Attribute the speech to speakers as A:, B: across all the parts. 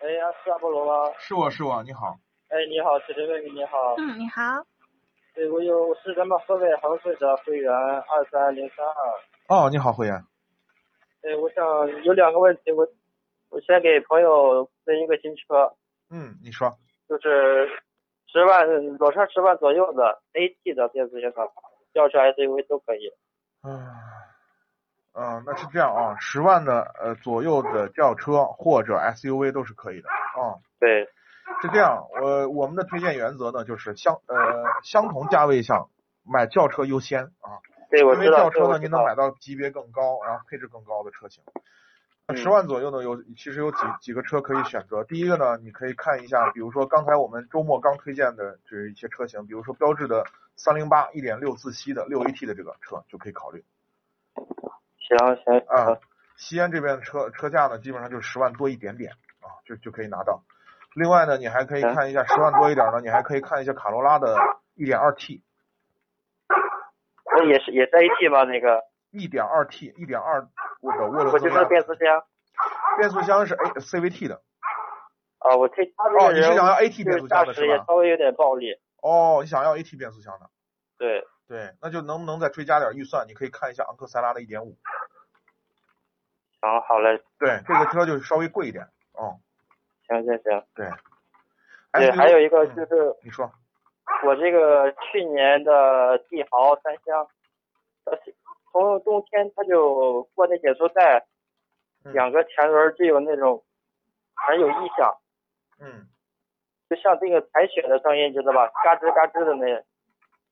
A: 哎呀，是阿波罗吗？
B: 是我是我，你好。
A: 哎，你好，是这个你好。
C: 嗯，你好。
A: 对，我有，我是咱们河北衡水的会员二三零三二。
B: 哦，你好，会员。
A: 哎，我想有两个问题，我我先给朋友问一个新车，
B: 嗯，你说。
A: 就是十万裸车十万左右的 AT 的电子型的，轿车 SUV 都可以。
B: 啊，嗯，那是这样啊，十万的呃左右的轿车或者 SUV 都是可以的啊。
A: 对，
B: 是这样，我我们的推荐原则呢，就是相呃相同价位上买轿车优先啊，
A: 对，我
B: 因为
A: 知道。
B: 轿车
A: 对
B: 呢
A: 我知
B: 您
A: 道
B: 能买到级别更高，然后配置更高的车型。
A: 嗯
B: 十万左右呢，有其实有几几个车可以选择。第一个呢，你可以看一下，比如说刚才我们周末刚推荐的这一些车型，比如说标致的三零八一点六自吸的六 AT 的这个车就可以考虑。
A: 行行
B: 啊，西安这边的车车价呢，基本上就十万多一点点啊，就就可以拿到。另外呢，你还可以
A: 嗯
B: 看一下十万多一点呢，你还可以看一下卡罗拉的 1.2T、
A: 那也是也是 AT 吗？那个
B: 1.2T、1.2的
A: 我
B: 涡轮
A: 就
B: 增
A: 是
B: 压，
A: 变速箱
B: 变速箱是 A CVT 的。
A: 啊，我对他这
B: 哦，
A: 个
B: 你是
A: 人
B: 想要 AT
A: 就
B: 变
A: 是
B: 速
A: 驾
B: 箱的
A: 驶
B: 是
A: 也
B: 吧？
A: 稍微有点暴力。
B: 哦，你想要 AT 变速箱的，
A: 对，
B: 对，那就能不能再追加点预算？你可以看一下昂克赛拉的1.5，
A: 然后好嘞，
B: 对，这个车就稍微贵一点。哦，
A: 行行行。
B: 哎
A: 对，
B: 比如
A: 还有一个就
B: 嗯
A: 是
B: 你说，
A: 我这个去年的帝豪三厢，呃，从冬天它就过那减速带，
B: 嗯
A: 两个前轮就有那种很有异响，
B: 嗯，
A: 就像这个踩雪的声音，知道吧？嘎吱嘎吱的那。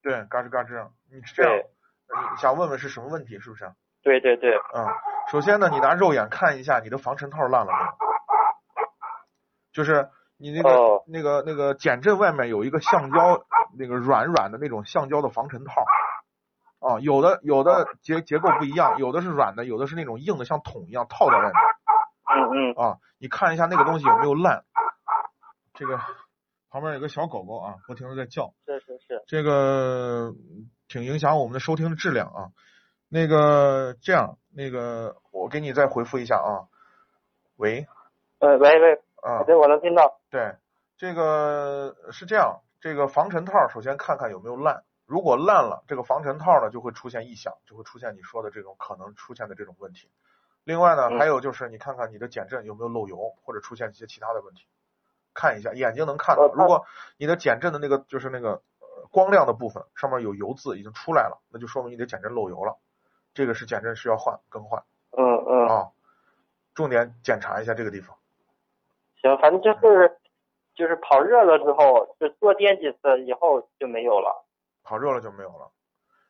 B: 对，嘎吱嘎吱，你是这样
A: 对，，
B: 你想问问是什么问题，是不是？啊
A: 对对对，
B: 嗯，首先呢，你拿肉眼看一下你的防尘套烂了没有，就是你那个、
A: 哦
B: 那个那个减震外面有一个橡胶那个软软的那种橡胶的防尘套，啊，有的有的结结构不一样，有的是软的，有的是那种硬的像桶一样套在外面
A: 嗯嗯，
B: 啊，你看一下那个东西有没有烂。这个旁边有个小狗狗啊，不停的在叫，
A: 是是是，
B: 这个嗯挺影响我们的收听质量啊。那个这样，那个我给你再回复一下啊。喂，
A: 呃，喂喂，
B: 啊，
A: 对，我能听到，
B: 对，这个是这样，这个防尘套首先看看有没有烂，如果烂了，这个防尘套呢就会出现异响，就会出现你说的这种可能出现的这种问题。另外呢，
A: 嗯
B: 还有就是你看看你的减震有没有漏油，或者出现一些其他的问题，看一下，眼睛能看到。
A: 我看
B: 如果你的减震的那个就是那个呃光亮的部分上面有油渍已经出来了，那就说明你的减震漏油了，这个是减震需要换更换
A: 嗯嗯，
B: 啊。重点检查一下这个地方。
A: 行，反正就是就是跑热了之后，就多颠几次以后就没有了，
B: 跑热了就没有了。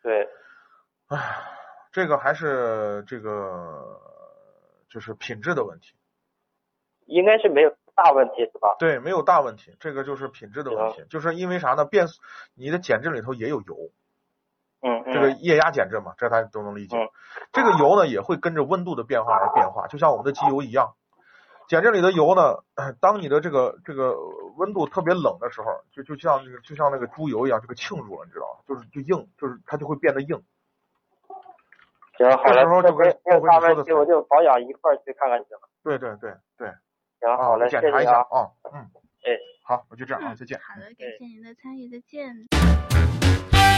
A: 对，
B: 唉，这个还是这个就是品质的问题，
A: 应该是没有大问题是吧？
B: 对，没有大问题，这个就是品质的问题，就是因为啥呢？变速你的减震里头也有油，
A: 嗯嗯，
B: 这个液压减震嘛，这大家都能理解
A: 嗯。
B: 这个油呢也会跟着温度的变化而变化，就像我们的机油一样。减震里的油呢，呃当你的这个这个温度特别冷的时候，就就像这个就像那个猪油一样，这个沁住了，你知道吗？就是就硬，就是它就会变得硬。
A: 行，好
B: 这
A: 嘞，
B: 时候就跟
A: 没有大
B: 后悔你说的
A: 问题，我就保养一块儿去看看去了。
B: 对对对对，
A: 行，
B: 啊，
A: 好
B: 你
A: 嘞，
B: 检
A: 谢
B: 查一
A: 谢
B: 下
A: 啊。
B: 啊，嗯，
A: 哎，
B: 好，我就这样啊，
C: 嗯
B: 再见。
C: 好的，感谢您的参与，再见。